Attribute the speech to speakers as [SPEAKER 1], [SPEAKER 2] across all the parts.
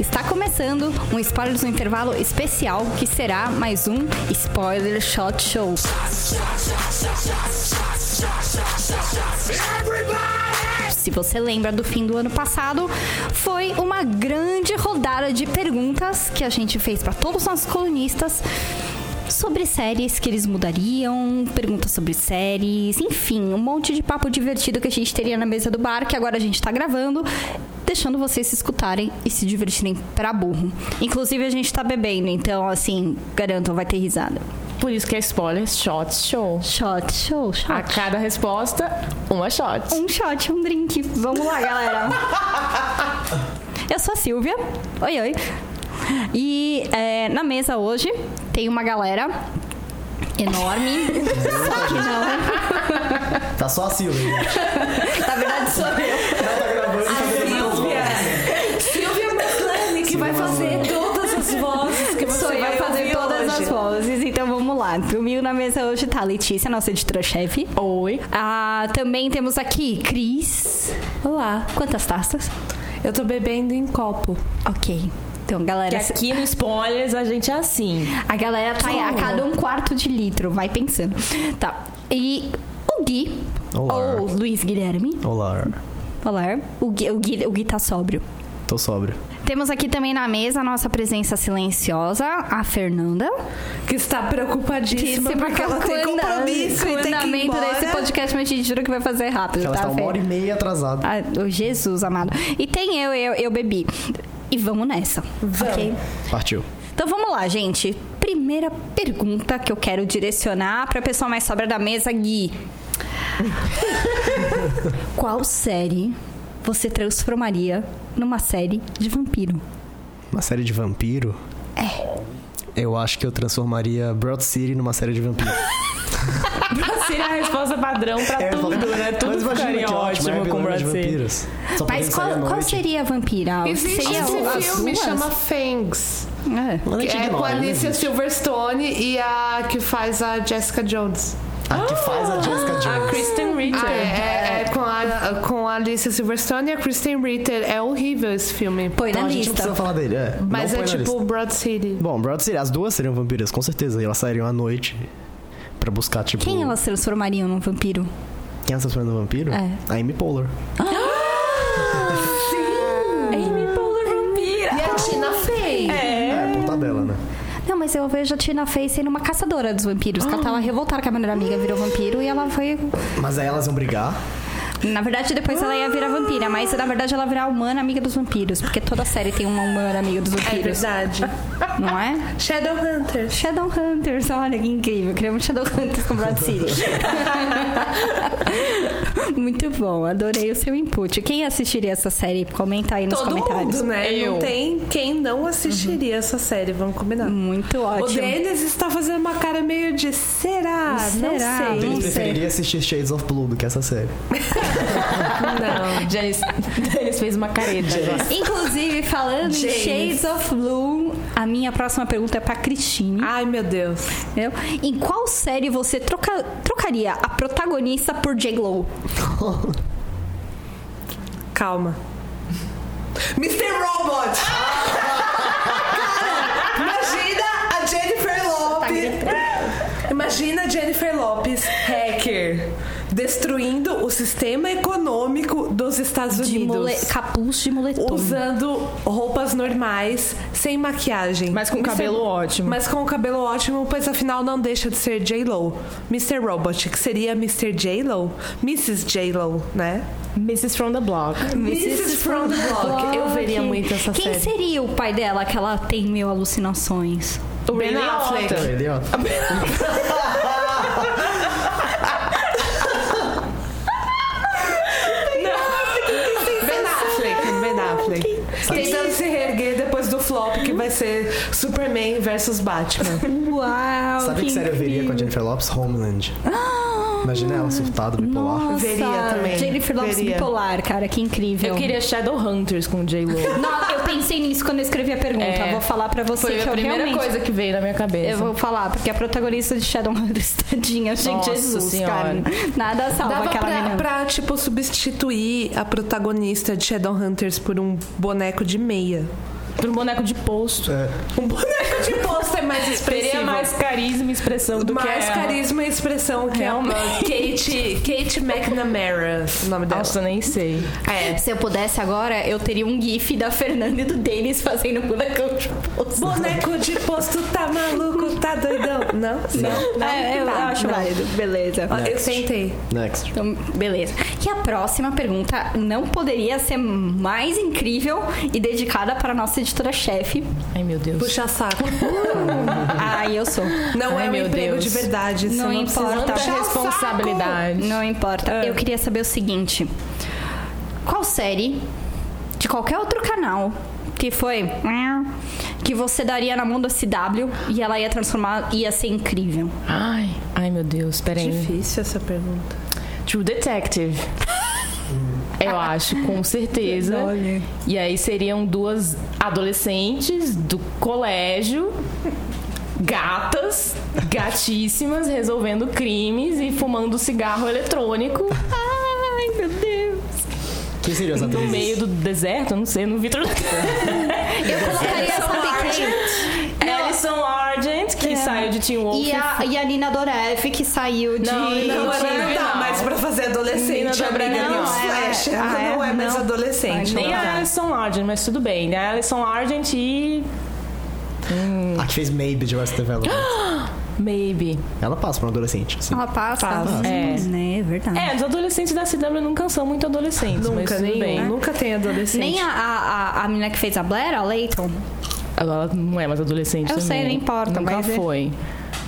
[SPEAKER 1] Está começando um Spoilers no Intervalo especial que será mais um Spoiler Shot Show. Se você lembra do fim do ano passado, foi uma grande rodada de perguntas que a gente fez para todos os nossos colunistas sobre séries que eles mudariam, perguntas sobre séries, enfim, um monte de papo divertido que a gente teria na mesa do bar, que agora a gente tá gravando, deixando vocês se escutarem e se divertirem pra burro. Inclusive, a gente tá bebendo, então, assim, garanto, vai ter risada.
[SPEAKER 2] Por isso que é spoiler, shot show.
[SPEAKER 1] Shot, show, shot.
[SPEAKER 2] A cada resposta, uma shot.
[SPEAKER 1] Um shot, um drink. Vamos lá, galera. Eu sou a Silvia. Oi, oi. E é, na mesa hoje tem uma galera enorme. só que não.
[SPEAKER 3] Tá só a Silvia.
[SPEAKER 1] na verdade, sou eu.
[SPEAKER 3] Ela tá gravando.
[SPEAKER 4] A Silvia! Silvia McClane, que vai fazer todas as vozes que você
[SPEAKER 1] Sou eu
[SPEAKER 4] vai
[SPEAKER 1] vai fazer
[SPEAKER 4] ouvir
[SPEAKER 1] todas
[SPEAKER 4] hoje.
[SPEAKER 1] as vozes. Então vamos lá. Comigo na mesa hoje tá a Letícia, nossa editora-chefe.
[SPEAKER 2] Oi.
[SPEAKER 1] Ah, também temos aqui Cris. Olá. Quantas taças?
[SPEAKER 4] Eu tô bebendo em copo.
[SPEAKER 1] Ok. Então, galera.
[SPEAKER 4] Que
[SPEAKER 1] se-
[SPEAKER 4] aqui no Spoilers a gente é assim.
[SPEAKER 1] A galera tá a cada um quarto de litro, vai pensando. Tá. E o Gui,
[SPEAKER 3] Olá.
[SPEAKER 1] ou Luiz Guilherme,
[SPEAKER 3] Olá,
[SPEAKER 1] olá, o Gui, o, Gui, o Gui tá sóbrio.
[SPEAKER 3] tô sóbrio.
[SPEAKER 1] Temos aqui também na mesa a nossa presença silenciosa, a Fernanda.
[SPEAKER 4] Que está preocupadíssima porque ela tem
[SPEAKER 1] calculando
[SPEAKER 4] compromisso
[SPEAKER 1] o
[SPEAKER 4] e tem que ir
[SPEAKER 1] andamento
[SPEAKER 4] embora.
[SPEAKER 1] desse podcast, mas te juro que vai fazer rápido,
[SPEAKER 3] Ela
[SPEAKER 1] tá,
[SPEAKER 3] está uma
[SPEAKER 1] Fer?
[SPEAKER 3] hora e meia atrasada.
[SPEAKER 1] Ah, oh, Jesus amado. E tem eu, eu, eu bebi. E vamos nessa. Ok?
[SPEAKER 3] Partiu.
[SPEAKER 1] Então vamos lá, gente. Primeira pergunta que eu quero direcionar para a pessoa mais sobra da mesa, Gui. Qual série você transformaria numa série de vampiro?
[SPEAKER 3] Uma série de vampiro? É. Eu acho que eu transformaria Broad City numa série de vampiro.
[SPEAKER 2] Seria a resposta padrão pra
[SPEAKER 3] É,
[SPEAKER 2] tudo,
[SPEAKER 3] falei-
[SPEAKER 2] né? Tudo
[SPEAKER 3] Mas imagina
[SPEAKER 2] ficaria
[SPEAKER 3] que
[SPEAKER 2] ótimo,
[SPEAKER 3] é
[SPEAKER 2] com o
[SPEAKER 3] Vilões de
[SPEAKER 2] Brasil.
[SPEAKER 3] vampiros. Só
[SPEAKER 1] Mas
[SPEAKER 3] podemos sair à
[SPEAKER 1] qual, qual
[SPEAKER 3] noite.
[SPEAKER 1] seria a vampira?
[SPEAKER 5] Existe
[SPEAKER 1] seria
[SPEAKER 5] esse
[SPEAKER 1] o- as
[SPEAKER 5] filme,
[SPEAKER 1] duas?
[SPEAKER 5] chama Fangs.
[SPEAKER 1] É.
[SPEAKER 3] Mas a gente
[SPEAKER 5] É com
[SPEAKER 3] ignora,
[SPEAKER 5] a
[SPEAKER 3] né,
[SPEAKER 5] Alicia
[SPEAKER 3] gente?
[SPEAKER 5] Silverstone e a que faz a Jessica Jones.
[SPEAKER 3] A Ah, que faz a Jessica
[SPEAKER 2] A
[SPEAKER 3] Jones.
[SPEAKER 2] Kristen
[SPEAKER 3] Então,
[SPEAKER 2] Ritter.
[SPEAKER 5] Ah, é, é, é com, a, com a Alicia Silverstone e a Kristen Ritter. É horrível esse filme.
[SPEAKER 1] Põe
[SPEAKER 3] Então
[SPEAKER 1] na
[SPEAKER 3] a gente
[SPEAKER 1] lista.
[SPEAKER 3] não precisa falar dele, é. Não
[SPEAKER 5] Mas
[SPEAKER 3] põe
[SPEAKER 5] é
[SPEAKER 3] na
[SPEAKER 5] tipo
[SPEAKER 3] lista.
[SPEAKER 5] Broad City.
[SPEAKER 3] Bom, Broad City, as duas seriam vampiras, com certeza. E elas sairiam à noite pra buscar, tipo...
[SPEAKER 1] Quem elas transformariam num vampiro?
[SPEAKER 3] Quem elas transformam no vampiro?
[SPEAKER 1] É.
[SPEAKER 3] A Amy Poehler.
[SPEAKER 1] Amy Poehler vampira.
[SPEAKER 5] E a Tina Fey.
[SPEAKER 3] É, é por tabela, né?
[SPEAKER 1] Não, mas eu vejo a Tina Fey sendo uma caçadora dos vampiros. Que ela tava revoltada que a melhor amiga virou vampiro e ela foi
[SPEAKER 3] Mas aí elas iam brigar.
[SPEAKER 1] Na verdade, depois ela ia virar vampira, mas na verdade ela virar humana amiga dos vampiros, porque toda série tem uma humana amiga dos
[SPEAKER 4] É
[SPEAKER 1] vampiros,
[SPEAKER 4] verdade.
[SPEAKER 1] não é?
[SPEAKER 4] Shadowhunters.
[SPEAKER 1] Shadowhunters, olha que incrível, criamos Shadowhunters com Broad City. Muito bom, adorei o seu input. Quem assistiria essa série? Comenta aí nos
[SPEAKER 4] Todo
[SPEAKER 1] comentários.
[SPEAKER 4] mundo, né?
[SPEAKER 2] Eu.
[SPEAKER 4] Não tem quem não assistiria essa série, vamos combinar.
[SPEAKER 1] Muito
[SPEAKER 4] O
[SPEAKER 1] ótimo.
[SPEAKER 4] Denis está fazendo uma cara meio de será?
[SPEAKER 1] Será?
[SPEAKER 4] Não sei.
[SPEAKER 1] Não
[SPEAKER 3] Eu
[SPEAKER 1] sei.
[SPEAKER 3] preferiria assistir Shades of Blue do que essa série.
[SPEAKER 4] Não.
[SPEAKER 2] Janice, Janice fez uma careta. agora.
[SPEAKER 1] Inclusive, falando em
[SPEAKER 4] James.
[SPEAKER 1] Shades of Blue, a minha próxima pergunta é pra Cristine.
[SPEAKER 4] Ai, meu Deus.
[SPEAKER 1] Entendeu? Em qual série você troca- trocaria a protagonista por J-Lo?
[SPEAKER 4] Calma. Mr. Robot!
[SPEAKER 2] Ah!
[SPEAKER 4] Cara, imagina a Jennifer
[SPEAKER 2] Tá
[SPEAKER 4] Lopes. Imagina a Jennifer Lopes, hacker, destruindo o sistema econômico dos Estados
[SPEAKER 1] De
[SPEAKER 4] Unidos.
[SPEAKER 1] mole- capuz de moletom.
[SPEAKER 4] Usando roupas normais, sem maquiagem.
[SPEAKER 2] Mas com cabelo ótimo.
[SPEAKER 4] Mas com o cabelo ótimo, pois afinal não deixa de ser J-Lo. Mr. Robot, que seria Mr. J-Lo? Mrs. J-Lo, né?
[SPEAKER 2] Mrs. from the Block.
[SPEAKER 4] Mrs. From the Block. Eu veria muito essa
[SPEAKER 1] Quem
[SPEAKER 4] série.
[SPEAKER 1] seria o pai dela que ela tem mil alucinações?
[SPEAKER 2] O Ben
[SPEAKER 4] Ben
[SPEAKER 2] Affleck.
[SPEAKER 4] Affleck.
[SPEAKER 3] Entendeu?
[SPEAKER 4] Ben Affleck. Ben Affleck. Tentando se reerguer depois do flop, que vai ser Superman versus Batman.
[SPEAKER 1] Uau!
[SPEAKER 3] Sabe que série eu veria com a Jennifer Lopes? Homeland. Imagina ela surtada, bipolar.
[SPEAKER 1] Nossa,
[SPEAKER 4] Veria também.
[SPEAKER 1] Jennifer Lopes
[SPEAKER 4] Veria.
[SPEAKER 1] bipolar, cara, que incrível.
[SPEAKER 2] Eu queria Shadowhunters com J-Lo.
[SPEAKER 1] Não, eu pensei nisso quando eu escrevi a pergunta.
[SPEAKER 2] É.
[SPEAKER 1] Vou falar pra você
[SPEAKER 2] Foi
[SPEAKER 1] que
[SPEAKER 2] a
[SPEAKER 1] eu
[SPEAKER 2] primeira
[SPEAKER 1] realmente...
[SPEAKER 2] coisa que veio na minha cabeça.
[SPEAKER 1] Eu vou falar, porque a protagonista de Shadowhunters, tadinha, gente,
[SPEAKER 2] Nossa
[SPEAKER 1] Jesus,
[SPEAKER 2] Senhora.
[SPEAKER 1] cara. Nada salva
[SPEAKER 4] Dava
[SPEAKER 1] aquela
[SPEAKER 4] pra,
[SPEAKER 1] menina.
[SPEAKER 4] pra, tipo, substituir a protagonista de Shadowhunters por um boneco de meia.
[SPEAKER 2] Por um boneco de posto.
[SPEAKER 4] Um boneco de posto é mais expressivo.
[SPEAKER 2] Teria mais carisma e expressão do
[SPEAKER 4] mais
[SPEAKER 2] que ela.
[SPEAKER 4] carisma e expressão que é uma Kate, Kate McNamara, o nome dela.
[SPEAKER 2] Nossa, nem sei.
[SPEAKER 4] É.
[SPEAKER 1] Se eu pudesse agora, eu teria um gif da Fernanda e do Denis fazendo bonecão de poço.
[SPEAKER 4] Boneco de posto tá maluco, tá doidão. Não? Não.
[SPEAKER 1] É, eu acho válido. Beleza.
[SPEAKER 4] Ó, Eu tentei.
[SPEAKER 3] Next.
[SPEAKER 1] Então, beleza. E a próxima pergunta não poderia ser mais incrível e dedicada para a nossa editora-chefe.
[SPEAKER 2] Ai, meu Deus.
[SPEAKER 4] Puxa saco.
[SPEAKER 1] Ah, eu sou.
[SPEAKER 4] Não
[SPEAKER 2] Ai,
[SPEAKER 4] é um
[SPEAKER 2] meu
[SPEAKER 4] emprego
[SPEAKER 2] Deus.
[SPEAKER 4] de verdade.
[SPEAKER 1] Não
[SPEAKER 4] você
[SPEAKER 1] importa.
[SPEAKER 4] precisa-
[SPEAKER 1] Puxa
[SPEAKER 2] Tanta responsabilidade.
[SPEAKER 1] Não importa.
[SPEAKER 2] É.
[SPEAKER 1] Eu queria saber o seguinte: qual série de qualquer outro canal que foi que você daria na mão da CW e ela ia transformar, ia ser incrível?
[SPEAKER 2] Ai, ai, meu Deus, peraí.
[SPEAKER 4] Difícil essa pergunta.
[SPEAKER 2] True Detective. Eu acho, com certeza. E aí seriam duas adolescentes do colégio, gatas, gatíssimas, resolvendo crimes e fumando cigarro eletrônico. Ai, meu Deus.
[SPEAKER 3] Quem seriam as
[SPEAKER 2] No
[SPEAKER 3] atrizes?
[SPEAKER 2] meio do deserto, não sei, não vi True Detective.
[SPEAKER 1] Eu colocaria sabe quem?
[SPEAKER 2] Alison Argent, que saiu de Teen Wolf.
[SPEAKER 1] É. E a, e a Nina Dorev, que saiu de.
[SPEAKER 2] Não, Nina
[SPEAKER 4] Não,
[SPEAKER 2] Não,
[SPEAKER 4] ela não
[SPEAKER 2] não.
[SPEAKER 4] tá mais pra fazer
[SPEAKER 2] Menina
[SPEAKER 4] adolescente,
[SPEAKER 2] da
[SPEAKER 4] amiga.
[SPEAKER 2] Brega
[SPEAKER 4] Não,
[SPEAKER 2] não.
[SPEAKER 4] flash.
[SPEAKER 1] É,
[SPEAKER 4] Ela
[SPEAKER 1] é,
[SPEAKER 4] não é mais
[SPEAKER 1] não.
[SPEAKER 4] adolescente. é
[SPEAKER 1] Ai,
[SPEAKER 2] Nem
[SPEAKER 1] não.
[SPEAKER 2] a Alison Argent, mas tudo bem. né? A Alison Argent e...
[SPEAKER 3] A que fez Maybe de Arrested Development.
[SPEAKER 2] Maybe.
[SPEAKER 3] Ela passa pra um adolescente. assim.
[SPEAKER 1] Ela passa.
[SPEAKER 2] Passa. É.
[SPEAKER 1] Né, é verdade.
[SPEAKER 2] É, os adolescentes da CW nunca são muito adolescentes, mas
[SPEAKER 4] Nunca,
[SPEAKER 2] tudo
[SPEAKER 4] nenhum.
[SPEAKER 1] é.
[SPEAKER 2] bem.
[SPEAKER 4] Nunca tem adolescente.
[SPEAKER 1] Nem a, a, a, a menina que fez a Blair, a Leighton.
[SPEAKER 2] Ela não é mais adolescente
[SPEAKER 1] Eu
[SPEAKER 2] também.
[SPEAKER 1] sei, não importa,
[SPEAKER 2] Nunca
[SPEAKER 1] mas é.
[SPEAKER 2] foi.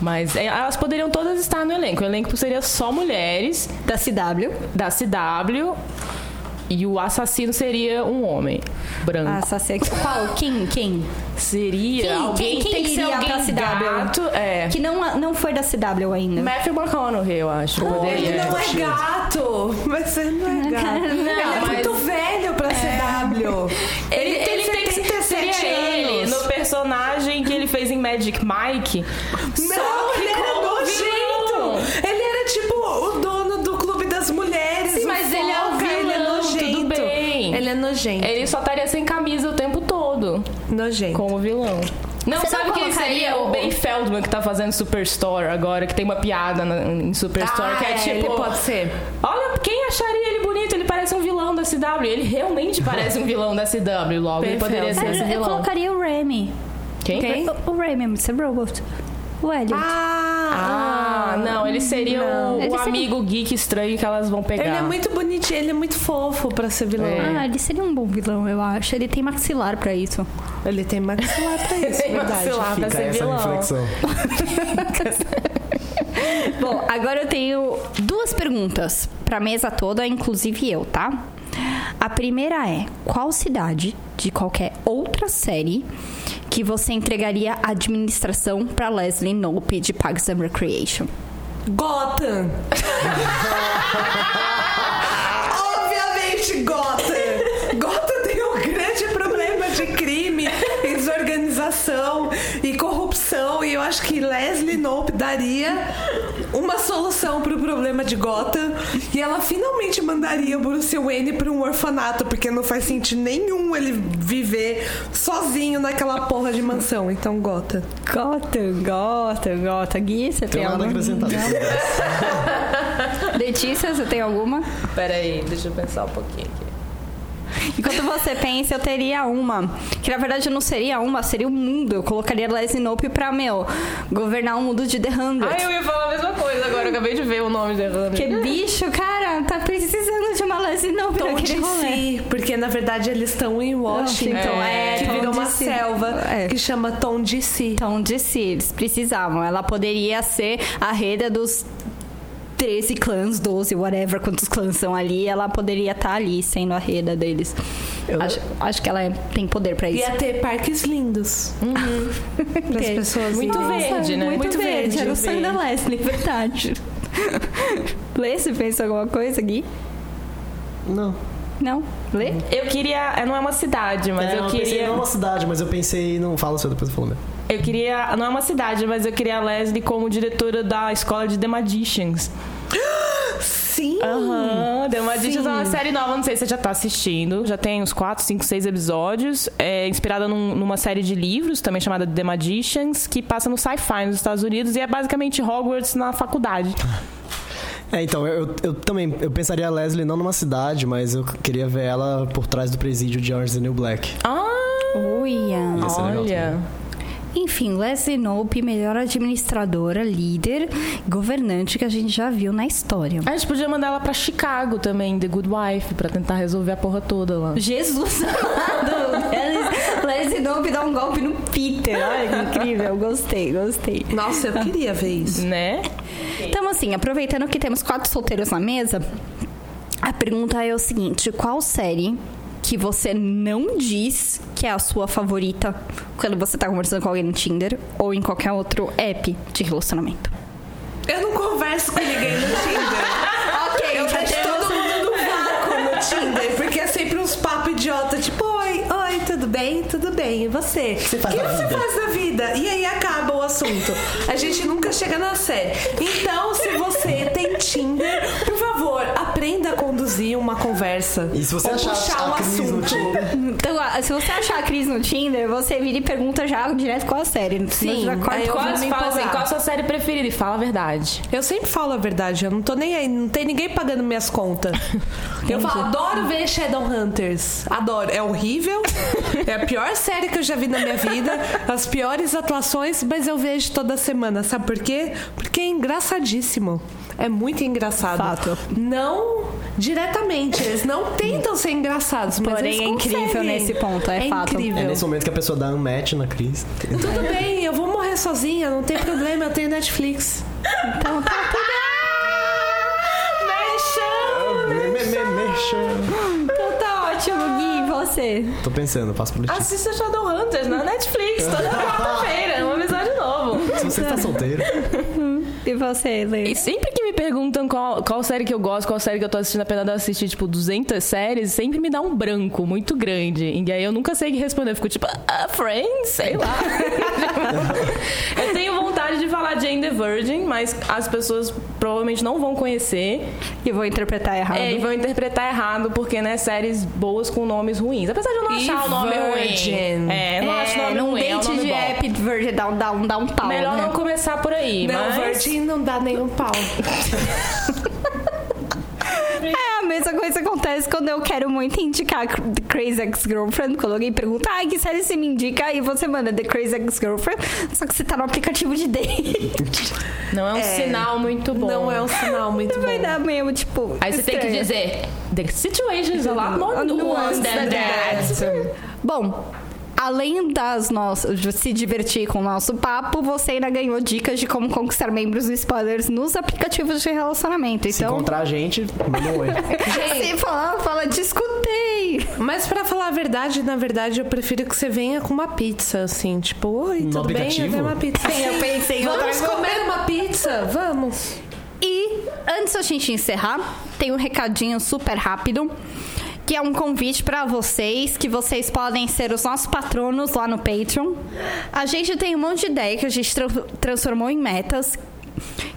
[SPEAKER 2] Mas é, elas poderiam todas estar no elenco. O elenco seria só mulheres
[SPEAKER 1] Da CW.
[SPEAKER 2] da CW e o assassino seria um homem branco.
[SPEAKER 1] A Saci. Tipo, Qual? Quem? Quem?
[SPEAKER 2] Seria
[SPEAKER 1] Ah, Quem-
[SPEAKER 2] alguém
[SPEAKER 1] quem- quem
[SPEAKER 2] tem que ser
[SPEAKER 1] iria
[SPEAKER 2] alguém
[SPEAKER 1] pra CW?
[SPEAKER 2] gato. É.
[SPEAKER 1] Que não, não foi da CW ainda.
[SPEAKER 2] Matthew McConaughey, eu acho.
[SPEAKER 4] Ele
[SPEAKER 2] poderia.
[SPEAKER 4] não é gato. Mas ele não é gato. ele é
[SPEAKER 2] mas- É.
[SPEAKER 4] muito velho pra CW.
[SPEAKER 2] Ele, ele tem que seria ele no personagem que ele fez em Magic Mike.
[SPEAKER 4] Não, ele era
[SPEAKER 2] com o vilão.
[SPEAKER 4] nojento. Ele era tipo o dono do clube das mulheres.
[SPEAKER 2] Sim,
[SPEAKER 4] o
[SPEAKER 2] mas ele é um
[SPEAKER 4] Foca, ele é
[SPEAKER 2] vilão, tudo
[SPEAKER 4] nojento.
[SPEAKER 2] bem.
[SPEAKER 4] Ele é nojento.
[SPEAKER 2] Ele só estaria sem camisa o tempo todo.
[SPEAKER 4] Nojento.
[SPEAKER 2] Como vilão. Não,
[SPEAKER 1] Você não
[SPEAKER 2] sabe quem
[SPEAKER 1] colocaria
[SPEAKER 2] seria?
[SPEAKER 1] o-
[SPEAKER 2] O Ben Feldman que tá fazendo Superstore agora, que tem uma piada na- em Superstore,
[SPEAKER 4] Ah,
[SPEAKER 2] que é,
[SPEAKER 4] é,
[SPEAKER 2] tipo.
[SPEAKER 4] ele pode ser.
[SPEAKER 2] Olha, quem acharia ele bonito? Ele parece um vilão da CW. Ele realmente parece um vilão da CW, logo. Ele
[SPEAKER 4] Ben
[SPEAKER 2] poderia ser
[SPEAKER 1] Cara,
[SPEAKER 3] É,
[SPEAKER 2] esse
[SPEAKER 1] eu,
[SPEAKER 2] vilão.
[SPEAKER 1] colocaria é o Remy.
[SPEAKER 2] Quem?
[SPEAKER 1] O, o Remy, Mr. Robot. O Elliot.
[SPEAKER 4] Ah,
[SPEAKER 2] Ah, não, ele seria um o- o,
[SPEAKER 1] Ele seria-
[SPEAKER 2] amigo geek estranho que elas vão pegar.
[SPEAKER 4] Ele é muito bonitinho, ele é muito fofo pra ser vilão.
[SPEAKER 2] É.
[SPEAKER 1] Ah, ele seria um bom vilão, eu acho. Ele tem maxilar pra isso.
[SPEAKER 4] Ele tem maxilar pra isso,
[SPEAKER 2] Tem
[SPEAKER 4] verdade.
[SPEAKER 2] maxilar pra
[SPEAKER 3] Fica
[SPEAKER 2] ser
[SPEAKER 3] essa
[SPEAKER 2] vilão.
[SPEAKER 3] reflexão.
[SPEAKER 1] Bom, agora eu tenho duas perguntas pra mesa toda, inclusive eu, tá? A primeira é: qual cidade de qualquer outra série que você entregaria a administração pra Leslie Knope de Parks and Recreation?
[SPEAKER 4] Gotham. Obviamente Gotham. Gotham tem um grande problema de crime, e desorganização e corrupção e eu acho que Leslie Knope daria uma solução pro problema de Gotham e ela finalmente mandaria o Bruce Wayne pra um orfanato porque não faz sentido nenhum ele viver sozinho naquela porra de mansão. Então Gotham.
[SPEAKER 1] Gotham, Gotham, Gotham. Gui, tá você
[SPEAKER 3] Tem nada acrescentado.
[SPEAKER 1] Letícia, você tem alguma?
[SPEAKER 2] Peraí, deixa eu pensar um pouquinho aqui.
[SPEAKER 1] Enquanto você pensa, eu teria uma. Que na verdade não seria uma, seria o mundo. Eu colocaria Leslie Knope pra, meu, governar o mundo de The Hundred.
[SPEAKER 2] Ah, eu ia falar a mesma coisa agora, eu acabei de ver o nome dela.
[SPEAKER 1] Que bicho, cara, tá precisando de uma Leslie Knope
[SPEAKER 4] Tom
[SPEAKER 1] naquele
[SPEAKER 4] de
[SPEAKER 1] rolê.
[SPEAKER 4] si, porque na verdade eles estão em Washington,
[SPEAKER 1] Washington,
[SPEAKER 2] é,
[SPEAKER 4] que
[SPEAKER 1] Tom
[SPEAKER 4] virou uma
[SPEAKER 1] de si.
[SPEAKER 4] selva
[SPEAKER 1] É.
[SPEAKER 4] que chama Tom de si.
[SPEAKER 1] Tom de si, eles precisavam. Ela poderia ser a reda dos 13 clãs, 12, whatever, quantos clãs são ali. Ela poderia estar ali sendo a reda deles. Acho, acho que ela é- tem poder pra isso.
[SPEAKER 4] Ia ter parques lindos. Para as
[SPEAKER 1] Ok.
[SPEAKER 4] Uhum. pessoas.
[SPEAKER 2] Muito
[SPEAKER 4] irem.
[SPEAKER 2] verde, né?
[SPEAKER 1] Muito,
[SPEAKER 2] Muito
[SPEAKER 1] verde.
[SPEAKER 2] verde,
[SPEAKER 1] Era o sonho da
[SPEAKER 2] verde.
[SPEAKER 1] Leslie, verdade. Lê, você pensa alguma coisa, Gui?
[SPEAKER 3] Não.
[SPEAKER 1] Não? Lê?
[SPEAKER 2] Eu queria. é, Não é uma cidade, mas
[SPEAKER 3] É,
[SPEAKER 2] eu
[SPEAKER 3] pensei
[SPEAKER 2] queria.
[SPEAKER 3] não uma cidade, mas eu pensei... Não fala o seu, depois eu falo meu.
[SPEAKER 2] Eu queria. Não é uma cidade, mas eu queria a Leslie como diretora da escola de The Magicians.
[SPEAKER 4] Sim.
[SPEAKER 3] Uhum.
[SPEAKER 2] Aham, The Mad Ditches é uma série nova, não sei se você já tá assistindo. Já tem uns 4, 5, 6 episódios. É inspirada num- numa série de livros, também chamada The Magicians, que passa no sci-fi nos Estados Unidos e é basicamente Hogwarts na faculdade.
[SPEAKER 3] É, então, eu, eu também, eu pensaria a Leslie não numa cidade, mas eu queria ver ela por trás do presídio de Orange is the New Black.
[SPEAKER 2] Ah!
[SPEAKER 1] Uia.
[SPEAKER 3] Ia ser é legal
[SPEAKER 2] Olha,
[SPEAKER 1] Enfim, Leslie Knope, melhor administradora, líder, governante que a gente já viu na história.
[SPEAKER 2] a gente podia mandar ela pra Chicago também, The Good Wife, pra tentar resolver a porra toda lá.
[SPEAKER 1] Jesus amado! Leslie- Leslie Knope dá um golpe no Peter. Olha que incrível. Gostei, gostei.
[SPEAKER 4] Nossa, eu queria ver isso.
[SPEAKER 2] Né?
[SPEAKER 1] Então, assim, aproveitando que temos quatro solteiros na mesa, a pergunta é o seguinte: qual série que você não diz que é a sua favorita quando você tá conversando com alguém no Tinder ou em qualquer outro app de relacionamento?
[SPEAKER 4] Eu não converso com ninguém no Tinder.
[SPEAKER 1] Ok,
[SPEAKER 4] eu
[SPEAKER 1] então
[SPEAKER 4] deixo
[SPEAKER 1] temos
[SPEAKER 4] todo mundo no vácuo no Tinder, porque é sempre uns papos idiota, tipo, oi, oi, tudo bem? Tudo bem, e você? O
[SPEAKER 3] faz
[SPEAKER 4] que
[SPEAKER 3] da
[SPEAKER 4] você
[SPEAKER 3] vida?"
[SPEAKER 4] faz da vida? E aí acaba o assunto. A gente nunca chega na série. Então, se você tem Tinder, por favor, aprenda a conduzir uma conversa.
[SPEAKER 3] E se você
[SPEAKER 4] Ou
[SPEAKER 3] achar
[SPEAKER 4] puxar
[SPEAKER 3] a
[SPEAKER 4] o
[SPEAKER 3] Cris no
[SPEAKER 4] assunto.
[SPEAKER 3] Tinder-
[SPEAKER 1] Então, ah, se você achar a Cris no Tinder, você vira e pergunta já direto qual a série.
[SPEAKER 4] Sim,
[SPEAKER 1] já corta-
[SPEAKER 4] aí eu
[SPEAKER 1] corta-
[SPEAKER 4] vou me
[SPEAKER 2] Fala assim,
[SPEAKER 4] empolgar.
[SPEAKER 2] qual a sua série preferida? E fala a verdade.
[SPEAKER 4] Eu sempre falo a verdade, eu não tô nem aí, não tem ninguém pagando minhas contas. eu falo, adoro ver Shadowhunters. Adoro. É horrível, é a pior série que eu já vi na minha vida, as piores atuações, mas eu vejo toda semana. Sabe por quê? Porque é engraçadíssimo. É muito engraçado.
[SPEAKER 1] Fato.
[SPEAKER 4] Não diretamente, eles não tentam ser engraçados, mas
[SPEAKER 1] Porém,
[SPEAKER 4] eles
[SPEAKER 1] é incrível
[SPEAKER 4] conseguem.
[SPEAKER 1] nesse ponto, é fato.
[SPEAKER 4] incrível.
[SPEAKER 3] É nesse momento que a pessoa dá um match na Cris.
[SPEAKER 4] Tudo bem, eu vou morrer sozinha, não tem problema, eu tenho Netflix.
[SPEAKER 1] Então, tá tudo
[SPEAKER 3] Me- me- me- mexa.
[SPEAKER 1] então tá ótimo, Gui. E você?
[SPEAKER 3] Tô pensando, passo por ti.
[SPEAKER 2] Assista Shadowhunters na né? Netflix, toda quarta-feira, é um episódio novo.
[SPEAKER 3] Se você está solteiro,
[SPEAKER 1] E você, Lê?
[SPEAKER 2] E sempre que me perguntam qual, qual série que eu gosto, qual série que eu tô assistindo, apesar de eu assistir, tipo, 200 séries, sempre me dá um branco muito grande. E aí eu nunca sei o que responder. Eu fico tipo, ah, Friends, sei lá. eu tenho vontade de falar Jane the Virgin, mas as pessoas provavelmente não vão conhecer.
[SPEAKER 1] E vou interpretar errado.
[SPEAKER 2] É, e vão interpretar errado, porque, né, séries boas com nomes ruins. Apesar de eu não
[SPEAKER 4] E
[SPEAKER 2] achar o nome
[SPEAKER 4] Virgin.
[SPEAKER 2] ruim. É, não acho o nome
[SPEAKER 1] num
[SPEAKER 2] ruim, é um
[SPEAKER 1] date
[SPEAKER 2] nome
[SPEAKER 1] de
[SPEAKER 2] bom.
[SPEAKER 1] app Virgin dá, um- dá, um- dá um pau,
[SPEAKER 2] Melhor
[SPEAKER 1] né?
[SPEAKER 2] não começar por aí,
[SPEAKER 4] Não,
[SPEAKER 2] mas...
[SPEAKER 4] Virgin não dá nenhum pau.
[SPEAKER 1] É, a mesma coisa acontece quando eu quero muito indicar The Crazy Ex-Girlfriend. Quando alguém pergunta, ai, que série você me indica? E você manda The Crazy Ex-Girlfriend, só que você tá no aplicativo de date.
[SPEAKER 2] Não é um
[SPEAKER 4] É.
[SPEAKER 2] sinal muito bom.
[SPEAKER 4] Não é um sinal muito
[SPEAKER 1] Vai
[SPEAKER 4] bom.
[SPEAKER 1] dar mesmo, tipo.
[SPEAKER 2] Aí você tem que
[SPEAKER 1] estranho.
[SPEAKER 2] dizer: The situation is a lot more
[SPEAKER 4] é um
[SPEAKER 2] nuanced than that.
[SPEAKER 1] Bom. Além das nossas, de se divertir com o nosso papo, você ainda ganhou dicas de como conquistar membros do spoilers nos aplicativos de relacionamento.
[SPEAKER 3] se
[SPEAKER 1] Então,
[SPEAKER 3] encontrar a gente, manda um oi.
[SPEAKER 1] se falar, fala, te escutei.
[SPEAKER 4] Mas pra falar a verdade, na verdade, eu prefiro que você venha com uma pizza, assim, tipo, oi,
[SPEAKER 3] No
[SPEAKER 4] tudo bem? Eu
[SPEAKER 3] Um aplicativo?
[SPEAKER 4] tenho uma pizza.
[SPEAKER 1] Sim, eu pensei em outra
[SPEAKER 4] Vamos
[SPEAKER 1] coisa.
[SPEAKER 4] comer uma pizza? Vamos.
[SPEAKER 1] E antes da gente encerrar, tem um recadinho super rápido. Que é um convite pra vocês, que vocês podem ser os nossos patronos lá no Patreon. A gente tem um monte de ideia que a gente tran- transformou em metas,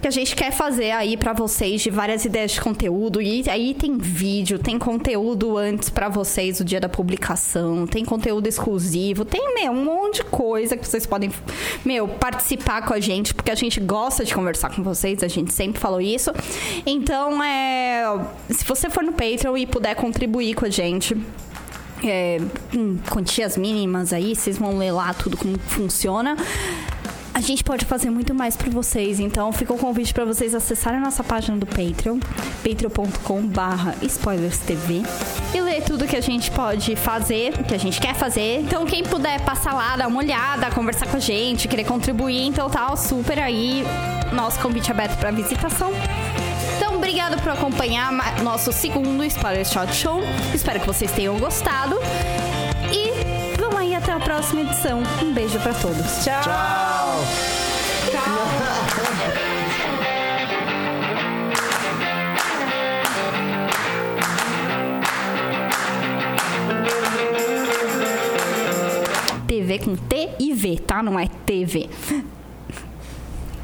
[SPEAKER 1] que a gente quer fazer aí pra vocês de várias ideias de conteúdo. E aí tem vídeo, tem conteúdo antes pra vocês o dia da publicação, tem conteúdo exclusivo, tem meu, um monte de coisa que vocês podem, meu, participar com a gente, porque a gente gosta de conversar com vocês, a gente sempre falou isso. Então, é, se você for no Patreon e puder contribuir com a gente, é, hum, quantias mínimas aí, vocês vão ler lá tudo como funciona. A gente pode fazer muito mais pra vocês, então fica o convite pra vocês acessarem a nossa página do Patreon, patreon.com barra spoilerstv e ler tudo que a gente pode fazer, que a gente quer fazer. Então quem puder passar lá, dar uma olhada, conversar com a gente, querer contribuir, então tá super aí nosso convite aberto pra visitação. Então, obrigado por acompanhar ma- nosso segundo Spoiler Shot Show. Espero que vocês tenham gostado. E vamos aí até a próxima edição. Um beijo pra todos. Tchau! TV com T e V, tá? Não é TV.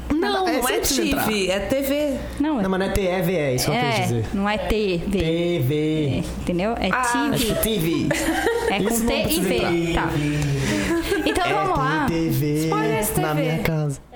[SPEAKER 4] Não, Não,
[SPEAKER 3] É,
[SPEAKER 4] não é
[SPEAKER 3] sempre precisa entrar.
[SPEAKER 4] TV, é TV.
[SPEAKER 1] Não, é.
[SPEAKER 3] Não, mas não é TEVE, é isso que eu quis dizer.
[SPEAKER 1] é, não é T, V.
[SPEAKER 3] TV.
[SPEAKER 1] Entendeu? É
[SPEAKER 4] Ah,
[SPEAKER 3] Acho
[SPEAKER 1] TV.
[SPEAKER 3] que TV.
[SPEAKER 1] É com
[SPEAKER 3] Isso não
[SPEAKER 1] T e
[SPEAKER 3] precisa
[SPEAKER 1] V.
[SPEAKER 3] entrar.
[SPEAKER 1] Tá. Então
[SPEAKER 3] É,
[SPEAKER 1] vamos lá. é
[SPEAKER 3] tem TV
[SPEAKER 1] Spoilers TV.
[SPEAKER 3] na minha casa.